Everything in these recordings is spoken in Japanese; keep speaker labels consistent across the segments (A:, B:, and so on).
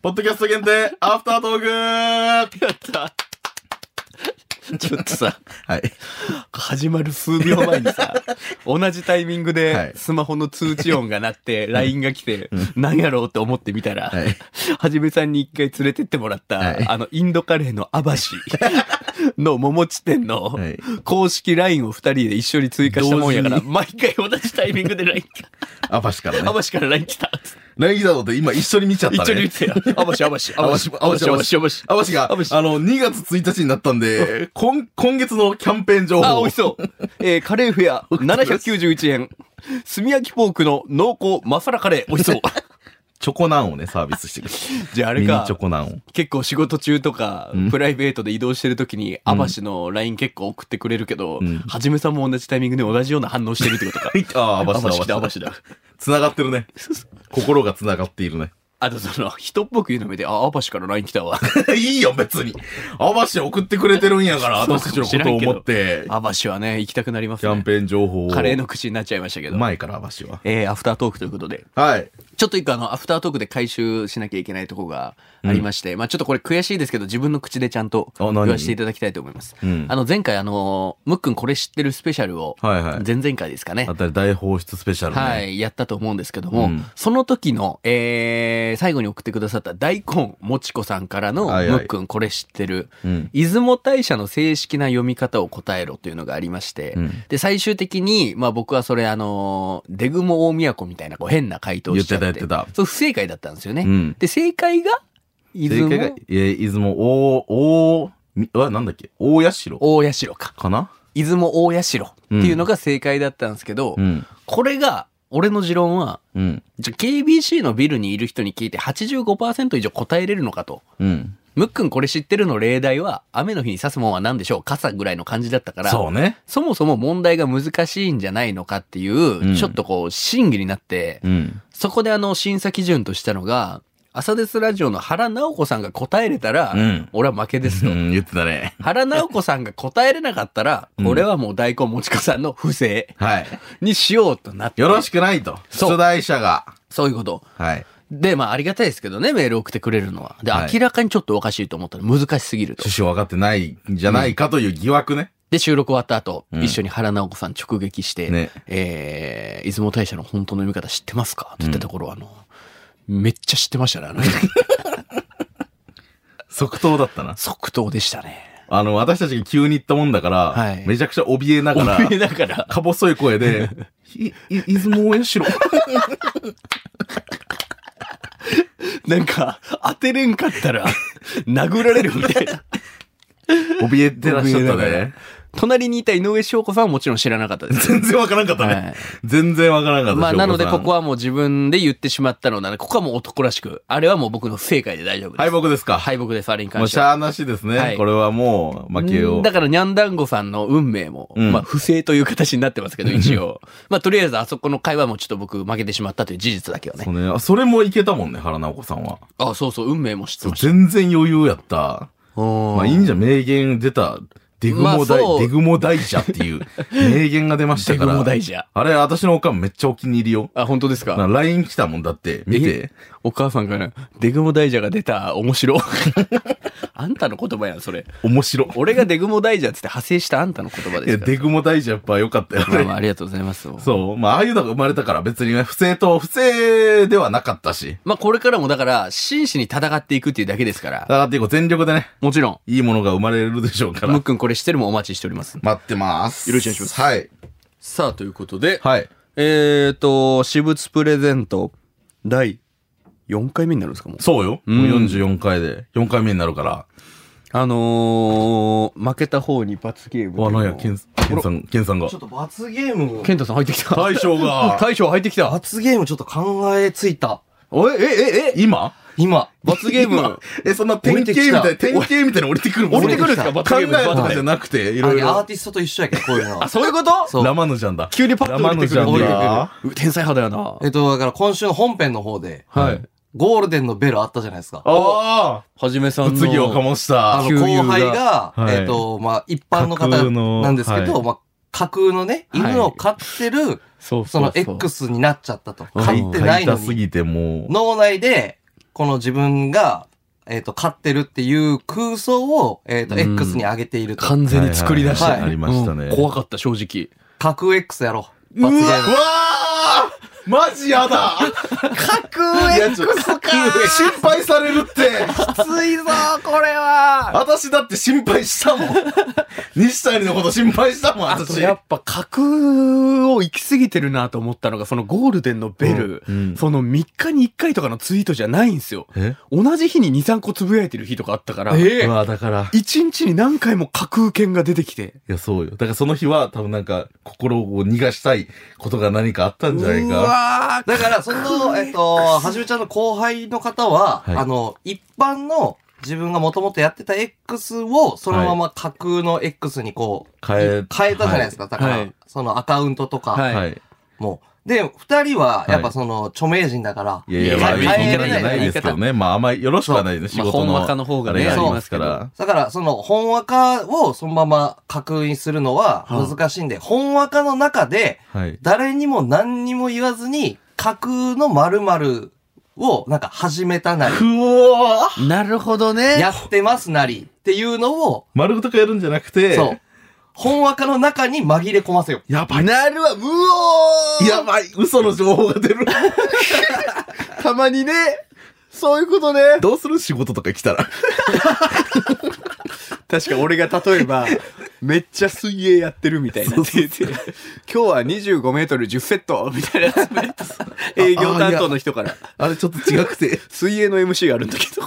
A: ポッドキャスト限定、アフタートーク
B: やった。ちょっとさ、
A: はい。
B: 始まる数秒前にさ、同じタイミング
A: はい
B: でスマホの通知音が鳴って、LINE が来て、何やろうって思ってみたら、
A: はい。
B: はじめさんに一回連れてってもらった、
A: はい
B: あの、インドカレーのアバシの桃地店の
A: はい
B: 公式 LINE を二人で一緒に追加したもんやから、
A: 同時
B: 毎回同じタイミングで LINE
A: アバシから
B: ア
A: ね。
B: バシから LINE 来た。
A: ライギだとって今一緒に見ちゃったね。
B: 一緒に見てよ。アバシ、アバシ、アバシ、ア
A: ア
B: バ
A: バ
B: シ、
A: シ
B: アバシ、アバシ。
A: アバシが、あ
B: ア
A: の、
B: バシ
A: 2月1日になったんで、今、今月のキャンペーン情報
B: あ、
A: を
B: 美味しそう。えーカレーフェア、791円。炭焼きポークの濃厚マサラカレー、美味し そう。
A: チョコナンをね、サービスしてくれる。
B: じゃああ
A: ミ
B: れ
A: ニ
B: か
A: チョ、コナンを。
B: 結構仕事中とか、
A: うん
B: プライベートで移動してる時に、アバシの LINE 結構送ってくれるけど、
A: うん
B: はじめさんも同じタイミングで同じような反応してるってことか。
A: ああ、アバシだ、
B: アバシだ、
A: アバ
B: アバ
A: シ
B: シ
A: だ。
B: だ。
A: 繋がってるね。心が繋がっている ね。
B: あとその、人っぽく言うの目で、あ、アバシから LINE 来たわ。
A: いいよ、別に。アバシ送ってくれてるんやから、
B: そう
A: 私たちのことを思って、
B: アバシはね、行きたくなりま
A: キ
B: す
A: ャン
B: ね。
A: ペーン情報を。
B: カレーの口になっちゃいましたけ
A: う
B: ど。
A: まいから、アバシは。
B: えー、アフタートークということで。
A: はい。
B: ちょっと一個あの、アフタートークで回収しなきゃいけないとこがありまして、まあちょっとこれ悔しいですけど、自分の口でちゃんと
A: あ
B: 言
A: 何
B: わせていただきたいと思います。
A: うん
B: あの、前回あの、むっくんこれ知ってるスペシャルを、
A: はいはい
B: 前々回ですかね。
A: あたり大放出スペシャルね。
B: はい、やったと思うんですけど
A: う
B: も、
A: ん
B: その時の、えー、最後に送ってくださった大根もちこさんからの、
A: はいはい
B: むっくんこれ知ってる、
A: うん
B: 出雲大社の正式な読み方を答えろというのがありまして、
A: うん
B: で、最終的に、まあ僕はそれあのー、出雲大宮みたいなこう変な回答をしちゃって。
A: 言ってた言って
B: そう、不正解だったんですよね。
A: うん
B: で、正解が、出
A: 正
B: 雲
A: 解が、えー、出雲、大、大、みあ、なんだっけ大社
B: 大社か。
A: かな
B: 出雲大社っていうのが正解だったんですけど、
A: うん。
B: これが、俺の持論は、
A: うん。
B: じゃあ KBC のビルにいる人に聞いて85%以上答えれるのかと。
A: うん。
B: むっくんこれ知ってるの例題は、雨の日に刺すもんは何でしょう傘ぐらいの感じだったから、
A: そうね。
B: そもそも問題が難しいんじゃないのかっていう、
A: ん
B: ちょっとこう、審議になって、
A: うん。
B: そこであの、審査基準としたのが、朝ですラジオの原直子さんが答えれたら、
A: うん
B: 俺は負けです
A: う
B: よ。
A: ん、言ってたね。
B: 原直子さんが答えれなかったら、
A: うん
B: 俺はもう大根もちこさんの不正
A: はい。
B: にしようとなって。
A: よろしくないと。
B: そう
A: 出題者が。
B: そういうこと。
A: はい。
B: で、まあありがたいですけどね、メール送ってくれるのは。で、
A: はい
B: 明らかにちょっとおかしいと思ったら難しすぎると。
A: 趣旨を分かってないんじゃないかという疑惑ね。
B: で、収録終わった後、
A: うん
B: 一緒に原直子さん直撃して、
A: ね
B: えー、出雲大社の本当の読み方知ってますかって言ったところ、あの、めっちゃ知ってましたね、あの人
A: 即答だったな。
B: 即答でしたね。
A: あの、私たちが急に言ったもんだから、
B: はい
A: めちゃくちゃ怯えながら、
B: 怯えながら
A: か細い声で、い、い、出雲大社。
B: なんか、当てれんかったら、殴られるみたいな。
A: 怯えてらっしゃったね。
B: 隣にいた井上翔子さんはもちろん知らなかったです。
A: 全然わからんかったね。
B: はい
A: 全然わからんかった。
B: まあ、なので、ここ
A: は。
B: はもう自分で言ってしまったのなので、ここはもう男らしく、あれはもう僕の不正解で大丈夫です。
A: 敗北ですか。
B: 敗北です、あれに
A: も
B: 関
A: う
B: し
A: して
B: は。
A: ゃあなしですね。
B: はい
A: これはもう、負け
B: う
A: を
B: ん。だから、ニャンダンゴさんの運命も、
A: うん
B: まあ、不正という形になってますけど、一応。まあ、とりあえず、あそこの会話もちょっと僕、負けてしまったという事実だけは
A: そ
B: ね。
A: うねあそれもいけたもんね、原直子さんは。
B: あ、そうそう、運命も知ってまし
A: 全然余裕やった。
B: た。ま
A: まあいいんじゃん、名言出た。デグモ
B: まあそ
A: 大、
B: う
A: デグモ大社っていう 名言が出ましたから。
B: デグモ大社
A: あれ、私のおかんめっちゃお気に入りよ。
B: あ、本当ですか
A: な LINE 来たもんだって、見て。
B: お母さんから、デグモ大蛇が出た、面白。 あんたの言葉やん、それ。
A: 面白。い
B: 俺がデグモ大蛇っつって派生したあんたの言葉で
A: や、
B: すから。
A: デグモ大社やっぱ良かったよ
B: まあ
A: ね。
B: まあ、ありがとうございます。
A: そう。まあ、ああいうのが生まれたから別にね、不正と不正ではなかったし。
B: まあ、これからもだから、真摯に戦っていくっていうだけですから、
A: だってこう全力でね、
B: もちろ
A: いいものが生まれるでしょうか
B: ん、むっ
A: ら。
B: くんこれしてるもお待ちしております。
A: 待ってます。。
B: よろしくお願いします
A: はい。
B: さあ、ということで、
A: はい。
B: えーと、私物プレゼント、第4回目になるんですか、もう。
A: そうよ。もう44回で、4回目になるから。
B: あのー、負けた方に罰ゲームという
A: あ、
B: のを。
A: なんや、ケン、ケンさん、ケンさんが
C: ちょ。っと罰ゲームを、
B: ケンタさん入ってきた。
A: 大将が、
B: 大将入ってきた。
C: 罰ゲームちょっと考えついた。
B: おえ、え、え、え、
A: 今
C: 今。
B: 罰ゲーム
A: 今。え、そんな典型みたい
C: 降り
A: な、
C: て
A: 典型みたいな降りてくる
B: 降りてくるんです
A: 考
B: か罰ゲ
A: え
B: ーム
A: とかじゃなくて、いろい
C: あアー
A: ろ。
C: ティストと一緒やけど、こういうの は
B: あ、。そういうこと
C: そう
A: ラマヌジャンだ。
B: 急にパッと降りてくる
A: ラマヌジャンだ。
B: う天才派だよ
C: えっと、だから今週の本編の方で、
B: な。はい。
C: ゴールデンのベルあったじゃないですか。
A: あ
B: はじめさ
A: あ
B: んの。
A: 物議を醸し
C: あ
A: た。
C: の、
B: 給油
C: 後
B: が
C: 輩が、
A: はい
C: えっと、まあ、一般の方
A: 架空の
C: なんですけど、
A: は
C: まあ、架空のね、
B: はい
C: 犬を飼ってる、
B: そう
C: そ
B: そう
C: の
B: そう
C: X になっちゃったと。
B: うん
C: 飼ってないの
A: す
C: に。
A: ぎてもう。
C: 脳内で、この自分が、えっ、と、買ってるっていう空想を、えっ、と、
B: うん
C: X に上げていると。
B: 完全に作り出した、
C: はいはい
A: ありましたね
B: うん怖かった、正直。
C: 架空 X やろう。
A: うわ
C: 罰
A: う
C: ゲーム
A: わーマジやだ
C: 架
A: いやちょっと心配されるって
C: 空 X いぞこれは
A: 私だって心配したもん西谷のこと心配したもん
B: あと
A: 私
B: やっぱ架空を行き過ぎてるなと思ったのが、そのゴールデンのベル、
A: うんうん
B: その3日に1回とかのツイートじゃないんですよ。
A: え
B: 同じ日に2、3個つぶやいてる日とかあったから、
C: え
A: まあだから
B: 1日に何回も架空犬が出てきて、
A: いや、そうよ。だからその日は多分なんか心を逃がしたいことが何かあったんじゃないか。
B: わ
C: だから、その、えっと、はじめちゃんの後輩の方は、
A: はい
C: あの、一般の自分がもともとやってた X を、そのまま架空の X にこう、
A: 変え、
C: 変えたじゃないですか。だから、
B: はい
C: そのアカウントとか、
B: は
A: はい。はい。
C: もう。で、二人は、やっ
A: は
C: ぱ
A: い
C: その、著名人だから、
A: いやいや、
B: いや
A: 悪い
B: まあ
A: 言い方じゃないですけどね。まああんまりよろしくはないですね。仕
B: そう
A: 事の。
B: まあほんわかの方がね
A: あれありますか
B: あ
A: ら。
C: だから、その、本話化をそのまま架空にするのは
B: はあ
C: 難しいんで、本話化の中で、
A: はい。
C: 誰にも何にも言わずに、架空の〇〇を、なんか始めたなり、
B: ーなるほどね。
C: やってますなりっていうのを、
A: 丸ごと変えるんじゃなくて、
C: そう。本話化の中に紛れ込ませよう。
A: やばい。
B: なるわ、うおー
A: やばい。嘘の情報が 出る。
B: たまにね、そういうことね。
A: どうする仕事とか来たら。
B: 確か俺が例えば、 めっちゃ水泳やってるみたいなって言って、今日は25メートル10セットみたいなやつ ね営業担当の人から、
A: あれちょっと違くて。
B: 水泳の MC あるんだけど。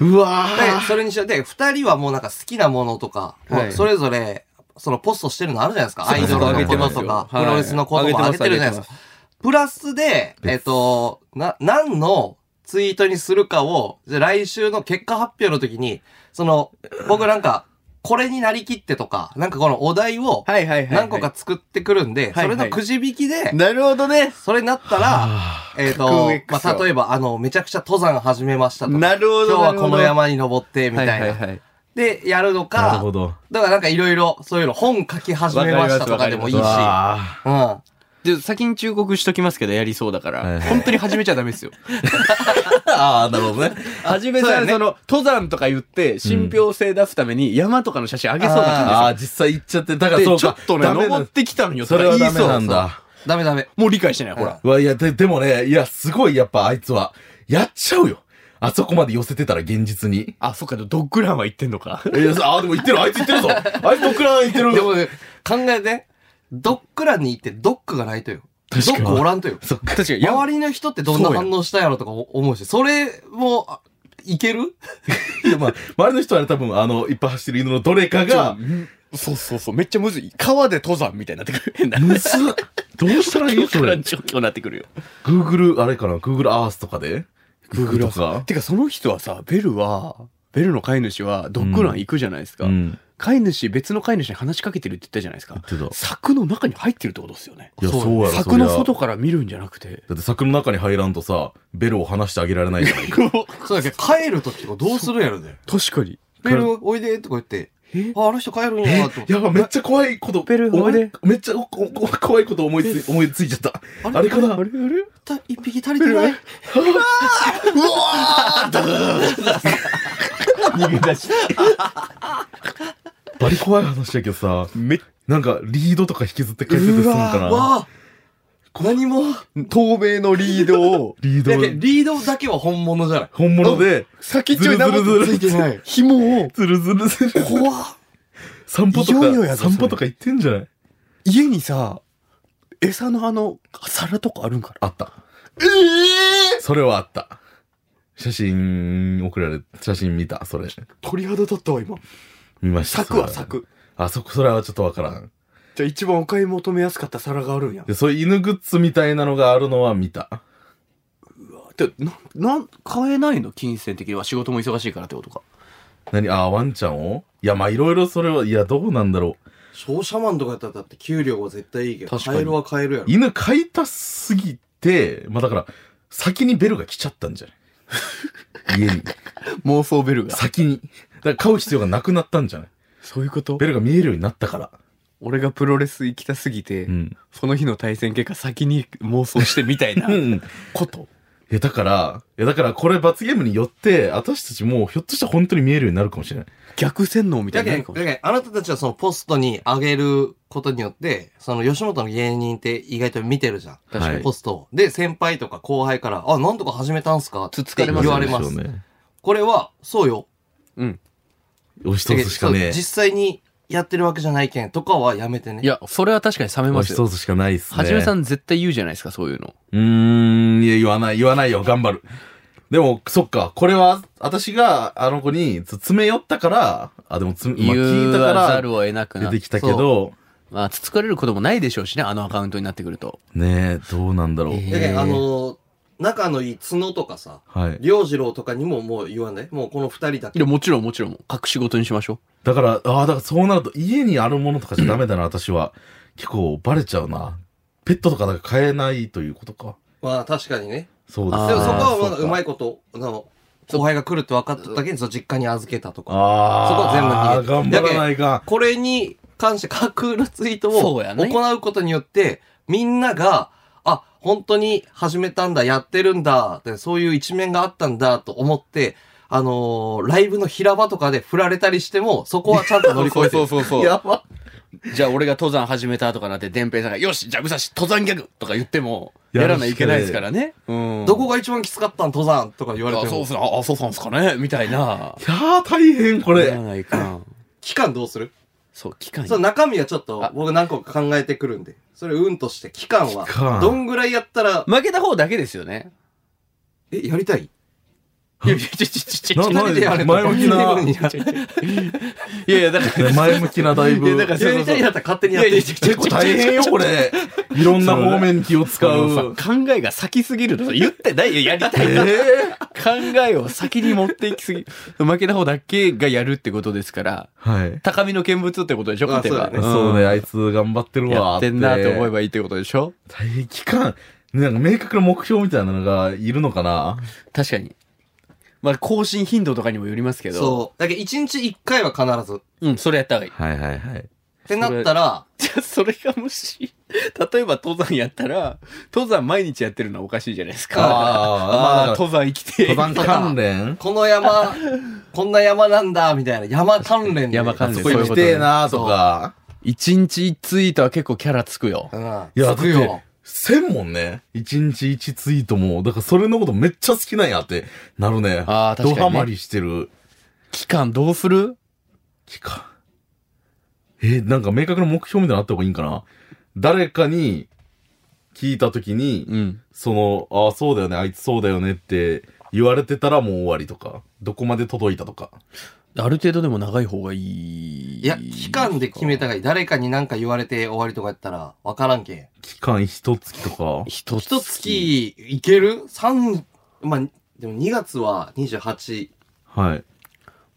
A: うわ
C: で、それにしよう。で、二人はもうなんか好きなものとか、
B: はい
C: もうそれぞれ、そのポストしてるのあるじゃないですか。アイドルのこととか、プ
B: はい
C: ロレスのこと
B: 上げ
C: も
B: てます
C: 上げてるじゃないですか。プラスで、えっと、な、何のツイートにするかを、じゃあ来週の結果発表の時に、その、僕なんか、これになりきってとか、なんかこのお題を
B: はいはいはいはい。
C: 何個か作ってくるんで、
B: はい
C: それのくじ引きで、
B: なるほどね。
C: それになったら、えっ
B: 架空
C: と、ま
B: X を
C: あ、例えば、あの、めちゃくちゃ登山始めましたとか、
B: なるほど。
C: 今日はこの
B: なるほ
C: 山に登って、み
B: ど
C: たいな。
B: はいはいはい。
C: で、やる
A: な
C: の
A: る
C: か
A: ほ、ど。
C: だからなんかいろいろ、そういうの、本書き始めましたとかでもいいし、う。
A: うん
C: は
A: わー
B: で、先に忠告しときますけど、やりそうだから、
A: はいはい
B: 本当に始めちゃダメです よ。
A: ああ、なるほどね。
B: 始め
C: そう
B: た
C: や
B: ら、
C: ね
B: その、登山とか言って、信憑性出すために、山とかの写真あげそうな
A: あ
B: 感
A: あ、実際行っちゃって、だか
B: じ
A: ら
B: です
A: そ
B: よ。
A: うか。
B: で、ちょっとね、
A: ダメだ
B: 登ってきたのよ。
A: それはダメなん
B: とか言いそう
A: だ。
C: ダメダメ。
B: もう理解してない、ほら。
A: うわ、いや、で、でもね、いや、すごい、やっぱ、あいつは、やっちゃうよ。あそこまで寄せてたら、現実に。
B: あ、そっか、ドッグランは言ってんのか。
A: いや、あ、でも言ってる、あいつ言ってるぞ。あいつドッグラン言ってる。
C: でも、ね、考えて、ドックランに行ってドックがないとよ。ド
A: 確かに
C: ックおらんとよ。
A: そっか。
B: 確かに、 やば
C: 周りの人ってどんな反応したんやろとか思うし、それも、あいける
A: いや、まあ、周りの人はね、多分、あの、いっぱい走ってる犬のどれかが、
B: そうそうそう、めっちゃむずい。川で登山みたいになってくる。変な。
A: むずっどうしたらいい それ。
B: 状況になってくるよ。
A: Google、あれかな ?Google Earth とかで ?Google と
B: Google
A: か。
B: てか、その人はさ、ベルは、ベルの飼い主は、ドッグラン行くじゃないですか。
A: うん。
B: 飼い主、別の飼い主に話しかけてるって言ったじゃないですか。
A: 言ってた
B: 柵の中に入ってるってことですよね。
A: いや、そうやろ、
B: 柵の
A: そりゃ
B: 外から見るんじゃなくて。
A: だって柵の中に入らんとさ、ベルを離してあげられないじゃないか。
C: そうだけど、帰るときとかどうするんやろね。
B: 確かに。
C: ベル、おいでとか言って、
B: え
C: あ、あの人帰るんやなと思って。
A: えやば、めっちゃ怖いこと、
B: ベルおいで
A: めっちゃおおお怖いこと思いつい、思いついちゃった。
C: あれ
A: あれかな
B: あれあれ
C: た一匹足りてない。
B: 逃げ出し。
A: バリ怖い話だけどさ、
B: めっ
A: なんかリードとか引きずって帰っててすんかな。
C: わあ何も。
B: 透明のリードを、
A: リ
C: だけ
A: ー
C: ど
A: ド、
C: リードだけは本物じゃない。
A: 本物で、
B: 先っ
A: っち
B: ちょ
A: ょ
B: に
A: に長く
B: つ
A: つ
B: い
A: い
B: て
A: て
B: な。
A: ない
B: 紐を、
A: ズルズルズル。
C: 怖っ
A: 散歩と
B: いよいよや
A: か、
B: ぞそれ
A: 散歩とか行ってんじゃない
B: 家にさ、餌のあの、皿とかあるんかな
A: あった。
B: ええ
A: それはあった。写真、送られ、写真見た、それ。
B: 鳥肌立ったわ、今。
A: 見ました。
B: 柵は
A: それ。
B: 柵。
A: あそこ、それはちょっとわからん。
B: じゃあ一番お買い求めやすかった皿があるんや。
A: で、そういう犬グッズみたいなのがあるのは見た。
B: で、な、なん、買えないの金銭的には仕事も忙しいからってことか。
A: 何あー、ワンちゃんをいや、まあ、いろいろそれは、いや、どうなんだろう。
C: 商社マンとかやったらだって給料は絶対いいけど、
B: 確か
C: カ
B: に
C: エルはカエルやろ。
A: 犬飼いたすぎて、まあ、だから、先にベルが来ちゃったんじゃない 家に。
B: 妄想ベルが。
A: 先に。だから飼う必要がなくなったんじゃない
B: そういうこと
A: ベルが見えるようになったから。
B: 俺がプロレス行きたすぎて、
A: うん。
B: その日の対戦結果先に妄想してみたいな
A: うんうん。
B: こと。
A: いや、だから、いや、だからこれ罰ゲームによって、私たちもうひょっとしたら本当に見えるようになるかもしれない。
D: 逆洗脳みた
C: だ
D: いにな
C: け
D: るか
C: ど、
D: も
C: だけどあなたたちはそのポストに上げることによって、その吉本の芸人って意外と見てるじゃん。
A: 確かに
C: ポストを。で、先輩とか後輩から、あ、なんとか始めたんすかって
D: つつかれます
C: 言われま。
A: ですしょうね。
C: これは、そうよ。
D: うん。
A: 押し通すしかね
C: だけどそう実際にやってるわけじゃないけんとかはやめてね。
B: いや、それは確かに冷め
A: え。
B: ま
A: 押
B: す
A: し
B: よ。
A: 通すしかないっすね。
B: はじめさん絶対言うじゃないですか、そういうの。
A: うーん、いや、言わない、言わないよ、頑張る。でも、そっか、これは、私があの子につ詰め寄ったから、あ、でもつ、まあ、
B: 言
A: 聞いた
B: わざる
A: か
B: を得なく
A: ら
B: な
A: 出てきたけど、
B: まあ、つつかれることもないでしょうしね、あのアカウントになってくると。
A: ねえ、どうなんだろう。
B: え
C: だけ
B: へー
C: ど、あの、仲のいい角とかさ、
A: はい。
C: 良次郎とかにももう言わない。もうこの二人だ
B: い
C: け。
B: や、もちろんもちろん、隠し事にしましょ
A: だから、ああ、だからそうなると、家にあるものとかじゃダメだな、私は。結構、バレちゃうな。ペットとかだから買えないということか。
C: まあ確かにね。
A: そうです
B: あー
C: でもそこはま
A: そ
C: だ
A: うか
C: うまいこと、あの、後輩が来るって分かっただけに、その実家に預けたとか。
A: ああ、
C: そこは全部逃げ
A: 頑張らないか。
C: これに関して架空のツイート
B: そ
C: を
B: うやね
C: 行うことによって、みんなが、あ、本当に始めたんだ、やってるんだ、でそういう一面があったんだと思って、あのーライブの平場とかで振られたりしても、 そこはちゃんと乗り越えてる。
B: そうそ
A: やば。
B: じゃあ俺が登山始めたとかなって、伝平さんが、よし、じゃあ武蔵登山ギャグとか言っても、
A: や
B: や
A: ら
B: ら
A: な
B: ないい
A: と
B: と
A: い
B: い
A: け
B: け
A: な
B: ない
A: で
B: いですす
A: か
B: からね。うん。
C: どこが一番きつかったん登山とか言われて
B: あ、そう
C: も
B: っ。すな、あ、そうなんすかねみたいな。
A: いやー、大変、こ
B: やら
A: れ。
B: ないかん。
C: 期間どうする
B: そう、期間
C: その中身はちょっと
B: あ
C: 僕何個か考えてくるんで、それ運として期間
A: 期間
C: は、どんぐらいやったら、
B: 負けた方だけですよね。
C: え、やりたい
B: いやいや、ちょちょちょち
A: な
B: ょ
A: な
C: 一人でやれと
A: 前向きな
C: 一人でやる
B: いやいや、だから、
A: 前向きなだいぶ。
B: いやだから
C: やりたいんだったら勝手にやっていい
B: いやいや
A: 結構大変よ、これ。いろんな方面に気を使う。
B: 考えが先すぎるの言ってないよ、やりた
A: え
B: い。
A: え
B: 考えを先に持っていきすぎ。負けた方だけがやるってことですから、
A: はい。
B: 高みの見物ってことでしょ、
C: あ
B: 勝てば。
C: そうだね
B: ん
A: そうね、あいつ頑張ってるわ。
B: やってんなと思え
A: ば。
B: ばいいってことでしょ
A: 大変、期間、なんか明確な目標みたいなのがいるのかな
B: 確かに。まあ、更新頻度とかにもよりますけど。
C: そう。だけど1日1回は必ず。
B: う。ん、それやった方がいい。
A: はいはいはい。
C: ってなったら、
B: じゃあ、それがもし、例えば登山やったら、登山毎日やってるのはおかしいじゃないですか。
A: あーまあ
B: あー、登山生きて。
A: 登山関連
C: この山、 こんな山なんだ、みたいな。山関連で。
B: 山関連
A: そ
B: そ
A: こ
B: うい
A: 行
B: うこ
A: き
B: と
A: てえなとか。
B: 一日一ツイートは結構キャラつくよ。
C: うん。
A: いや、だっ
C: つくよ
A: て。、せんもんね。一日一ツイートも。だからそれのことめっちゃ好きなんやってなるね。
B: あー確かにね
A: ドハマりしてる。
B: 期間どうする
A: 期間。えーなんか明確な目標みたいなのあった方がいいんかな誰かに聞いたときに、
B: うん。
A: その、ああ、そうだよね、あいつそうだよねって言われてたらもう終わりとか、どこまで届いたとか。
B: ある程度でも長い方がいい。
C: いや、期間で決めたがいい。誰かに何か言われて終わりとかやったら、わからんけん。
A: 期間一月とか。
B: 一
C: 一。月いける ?3、まあ、でも2月は28。
A: はい。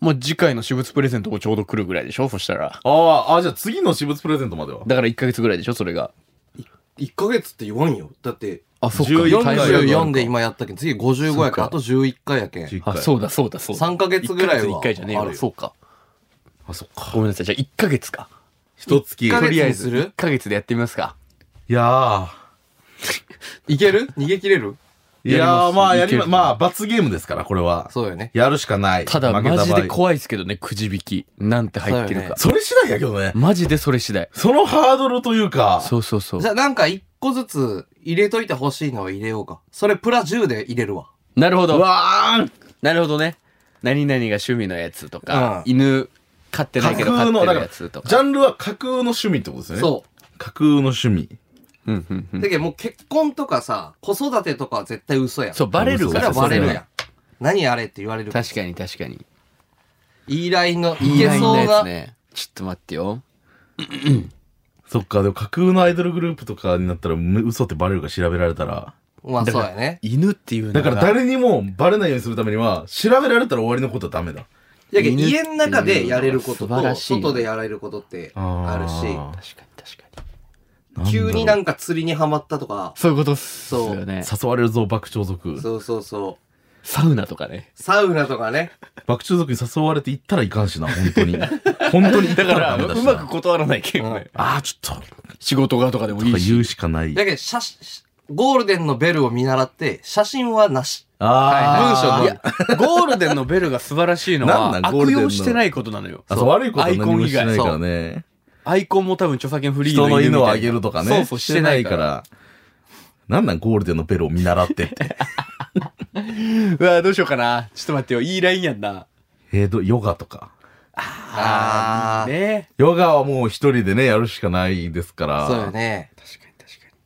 B: まあ、次回の私物プレゼントもちょうど来るぐらいでしょそしたら。
A: ああ、あ、じゃあ次の私物プレゼントまでは。
B: だから1ヶ月ぐらいでしょそれが。
C: 1ヶ月って言わんよ。だって、
B: あ、
A: そっか回は
C: 44で今やったけん、次55や
B: そっ
C: けん、
B: か
C: あと11回やけん。
A: 11回
B: あ、そうだそうだそうだ。
C: 3ヶ月ぐらいは
B: 1ヶ月1回じゃねえ
C: ある
B: よ。
C: よ
B: そうか。
A: あ、そっか。
B: ごめんなさい。じゃあ1ヶ月か。
A: 一月。
C: 一ヶ
B: と
C: 月
B: りあえ
C: に
B: ず
C: する
B: 1ヶ月でやってみますか。
A: いや
C: いける逃げ切れる
A: ー。いやー、まあやりま、
B: いける
A: まあ罰ゲームですから、これは。
C: そうよね。
A: やるしかない。
B: ただ、
A: 負け
B: マジ
A: 場合
B: で怖いですけどね、くじ引き。なんて入ってる
C: そうよ
B: か
C: ね。
A: それ次第やけどね。
B: マジでそれ次第。
A: そのハードルというか、
B: そうそうそう
C: じ。ゃあなんか1個ずつ入れといてほしいのを入れようか。それプラ10で入れるわ。
B: なるほ
A: う
B: ど。
A: わーん
B: なるほどね。何々が趣味のやつとか、
C: うん
B: 犬飼ってな
A: 架
B: いけど
A: 空
B: 飼っ
A: の、
B: て
A: だ
B: る
A: から、
B: や
A: ジ
B: つとか。
A: ャンルは架空の趣味ってことですよね。。
C: そう
A: 架空の趣味。
B: うんうんう
C: う。
B: ん
C: だけどもう結婚とかさ、子育てとかは絶対嘘やん。
B: そう、バレる
C: そ
B: か
C: れは
B: ら。
C: バレるや
B: そ
C: ん。何あれって言われる
B: れは。確かに確かに。
C: いいラインの、
B: い
C: いけそうな。
B: ね。ちょっと待ってよ。
A: そっか、でも架空のアイドルグループとかになったら、む嘘ってバレるか調べられたら。
C: まあそうやね。
B: 犬っていうの
A: だ
B: が
A: から誰にもバレないようにするためには、調べられたら終わりのことはダメだ。
C: だけど家の中でやれること
B: 素晴
C: と、
B: らしいよ
C: 外でやれることってあるし、
B: 確かに確かに。
C: 急に
A: な
C: なんんか釣りにはまったとか、
B: そういうことっす
C: そう
B: よね。
A: 誘われるぞ、爆鳥族。
C: そうそうそう。
B: サウナとかね。
C: サウナとかね。
A: 爆鳥族に誘われて行ったらいかんしな、本 当に。本当に行った
B: だか
A: ダ
B: らら、
A: メだ
B: う
A: し
B: まく
A: な。
B: 断らないけどね。
A: ああ、ちょっと、
B: 仕事がとかでもいい
A: とか言
B: し。
A: うしかない。
C: だけど写真、ゴールデンのベルを見習って、写真はなし。
A: あー
C: はいはい文章
B: い
C: も
B: や、ゴールデンのベルが素晴らしいのは
A: なん、なんゴール
B: 悪
A: デンの
B: 用してないことなのよ。
A: あそう悪いこと
B: ア
A: は
B: イコ
A: 何
B: ン
A: も
B: 以
A: してな
B: 外
A: い。からね。
B: アイコンも多分著作権フリー
A: 人の
B: みたい
A: 犬
B: な
A: をあげるとかね。
B: そうそう、してないから。
A: ら。なんなんゴールデンのベルを見習ってって。
B: うわどうしようかな。ちょっと待ってよ。いいラインやんな。
A: えーと、ヨガとか。
C: あー
B: ね
A: ヨガはもう一人でね、やるしかないですから。
C: そうよね。
B: 確かに確か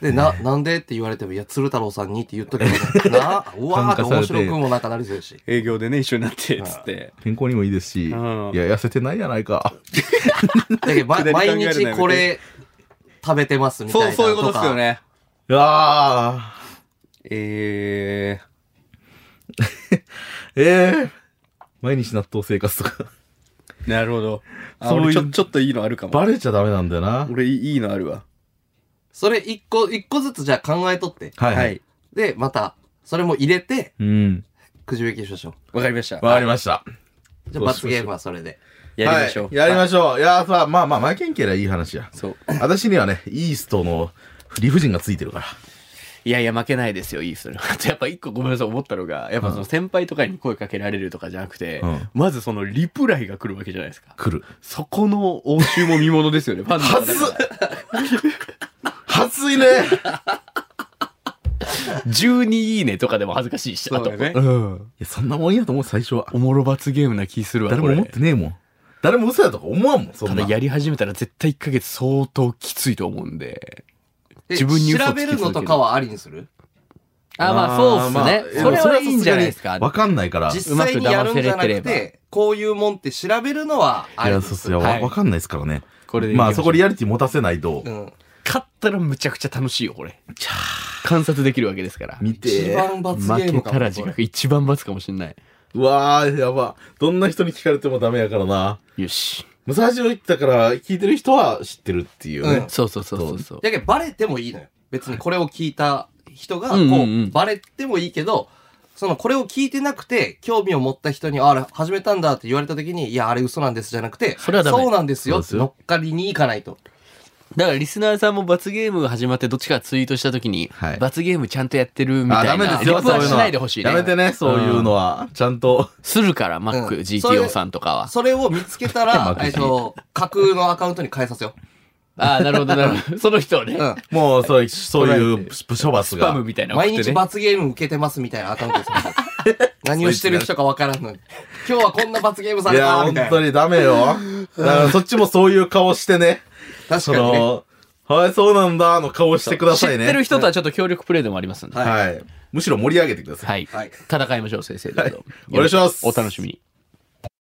B: に。
C: で、な、なんでって言われても、いや、鶴太郎さんにって言っとけば、な、 うわー
A: 感化
C: って
A: され
C: 面
A: て
C: 白くもなんかなりそうやし。
B: 営業でね、一緒になって、つって。
A: 健康にもいいですし、いや、
B: ん
A: 痩せてないやないか。
C: だけど、ま
B: 下り考える
C: 毎
B: のやめて
C: 日これ食べてますみたい
B: そ
C: な
B: う、
C: とか。
B: そういうことですよね。
A: ああ、
B: え
A: ええ毎日納豆生活と か。
B: ー、なるほど。あ、
A: そういう
B: 俺ちょ、ちょっといいのあるかも。
A: バレちゃダメなんだよな。
B: 俺いいいいのあるわ。
C: それ一個、一個ずつじゃあ考えとって。
A: はい、は。
B: はいい。
C: で、また、それも入れて、
A: うん。
C: くじ引きしましょ
B: わかりました。
A: わかりました。
C: う。じゃあ、罰ゲームはそれで。
B: やりましょ
A: は
B: う。
A: いやりましょう。いやーさ、まあまあ、マイケンケラいい話や。
B: そう。
A: 私にはね、イーストの理不尽がついてるから。
B: いやいや、負けないですよ、いいそれは。 あとやっぱ一個ごめんなさい、思ったのが、やっぱその先輩とかに声かけられるとかじゃなくて、
A: うん
B: まずそのリプライが来るわけじゃないですか。
A: 来る。
B: そこの応酬も見ものです よね、ファンの
A: は
B: 方
A: ず
B: 々が。
A: はずいね。
B: 12いいねとかでも恥ずかしいし、
E: そうだよね
B: あとうん。
A: いや、そんなもんやと思う、最初は。
B: おもろ罰ゲームな気するわ、
A: 誰も思ってねえもん。誰も嘘やとか思わんもん、そ
B: これ
A: ん
B: た
A: な。
B: だやり始めたら絶対1ヶ月相当きついと思うんで。
C: で
B: 自分に嘘つき
C: 調
B: 続け
C: べ
B: る
C: るのとかはありにする
B: あ、まあそうっすね。それはいいんじゃないですか。
A: わかんないから。い
C: 実際にやるんじゃな
B: うまく
C: く
B: 騙せれ
C: て、こういうもんって調べるのはあり
A: や、
C: に
A: そうっす
C: す
A: よ。
C: る。
A: わ
B: はい
A: わかんないですからね。
B: これでいき
A: ま
B: ま
A: あ、
B: しょ
A: そうこリアリティ持たせないと
C: う。ん。
B: 勝ったらむちゃくちゃ楽しいよ、これ。観察できるわけですから。
A: 見て。
C: 一番罰ゲ
B: 負
C: ー
B: け
C: ムか
B: たら
C: も
B: 自
C: それ
B: 覚一番罰かもしんない。
A: うわー、やば。どんな人に聞かれてもダメやからな。
B: よし。
A: 武蔵野行ったから、聞いてる人は知ってるっていうね。
C: うん
B: そうそうそうそうそう。
C: だけど、バレてもいいのよ。別にこれを聞いた人が、こ
B: うんうんうん
C: う、バレてもいいけど、その、これを聞いてなくて、興味を持った人に、ああれ、始めたんだって言われた時に、いや、あれ嘘なんですじゃなくて、
B: それはダメ
C: うなんですよ
A: そう
C: っ
A: で
C: て
A: すよ
C: 乗っかりに行かないと。
B: だからリスナーさんも罰ゲームが始まってどっちかツイートした時に、
A: はい
B: 罰ゲームちゃんとやってるみ
A: あ、
B: たいな。
A: ダメですよ、
B: リプは
A: そういう
B: し
A: の
B: な
A: はい
B: でほしいね。
A: やめてね、そういうのは。ちゃんと。
B: するから、マック、
C: うん
B: GTO さんとかは。
C: それを見つけ た
A: まあ
C: ら
A: 確、かに
C: えっと、架空のアカウントに変えさせよ
B: ああ、なるほど、なるほど。 その人をね、
C: う。うん。
A: もう、そういう、そういう処罰
B: ス
A: が。
B: パムみたいなの送
C: 毎
B: ってね。
C: 日罰ゲーム受けてますみたいなアカウントにさせよう何をしてる人かわからんのに。今日はこんな罰ゲームさ
A: い
C: れ
A: や、
C: た
A: 本
C: みたい
A: 当
C: な。
A: にダメよ。だからそっちもそういう顔してね。
C: 確
A: そ
C: かにね。
A: の、はい、そうなんだ、の顔してください
B: 知ってる
A: ね。
B: 人とはちょっと協力プレイでもありますんで。
C: は
A: はい。むしろ盛り上げてください。
B: はい。
C: はい
B: 戦いましょう、先生。どうぞ
A: お願いします
B: お楽しみに。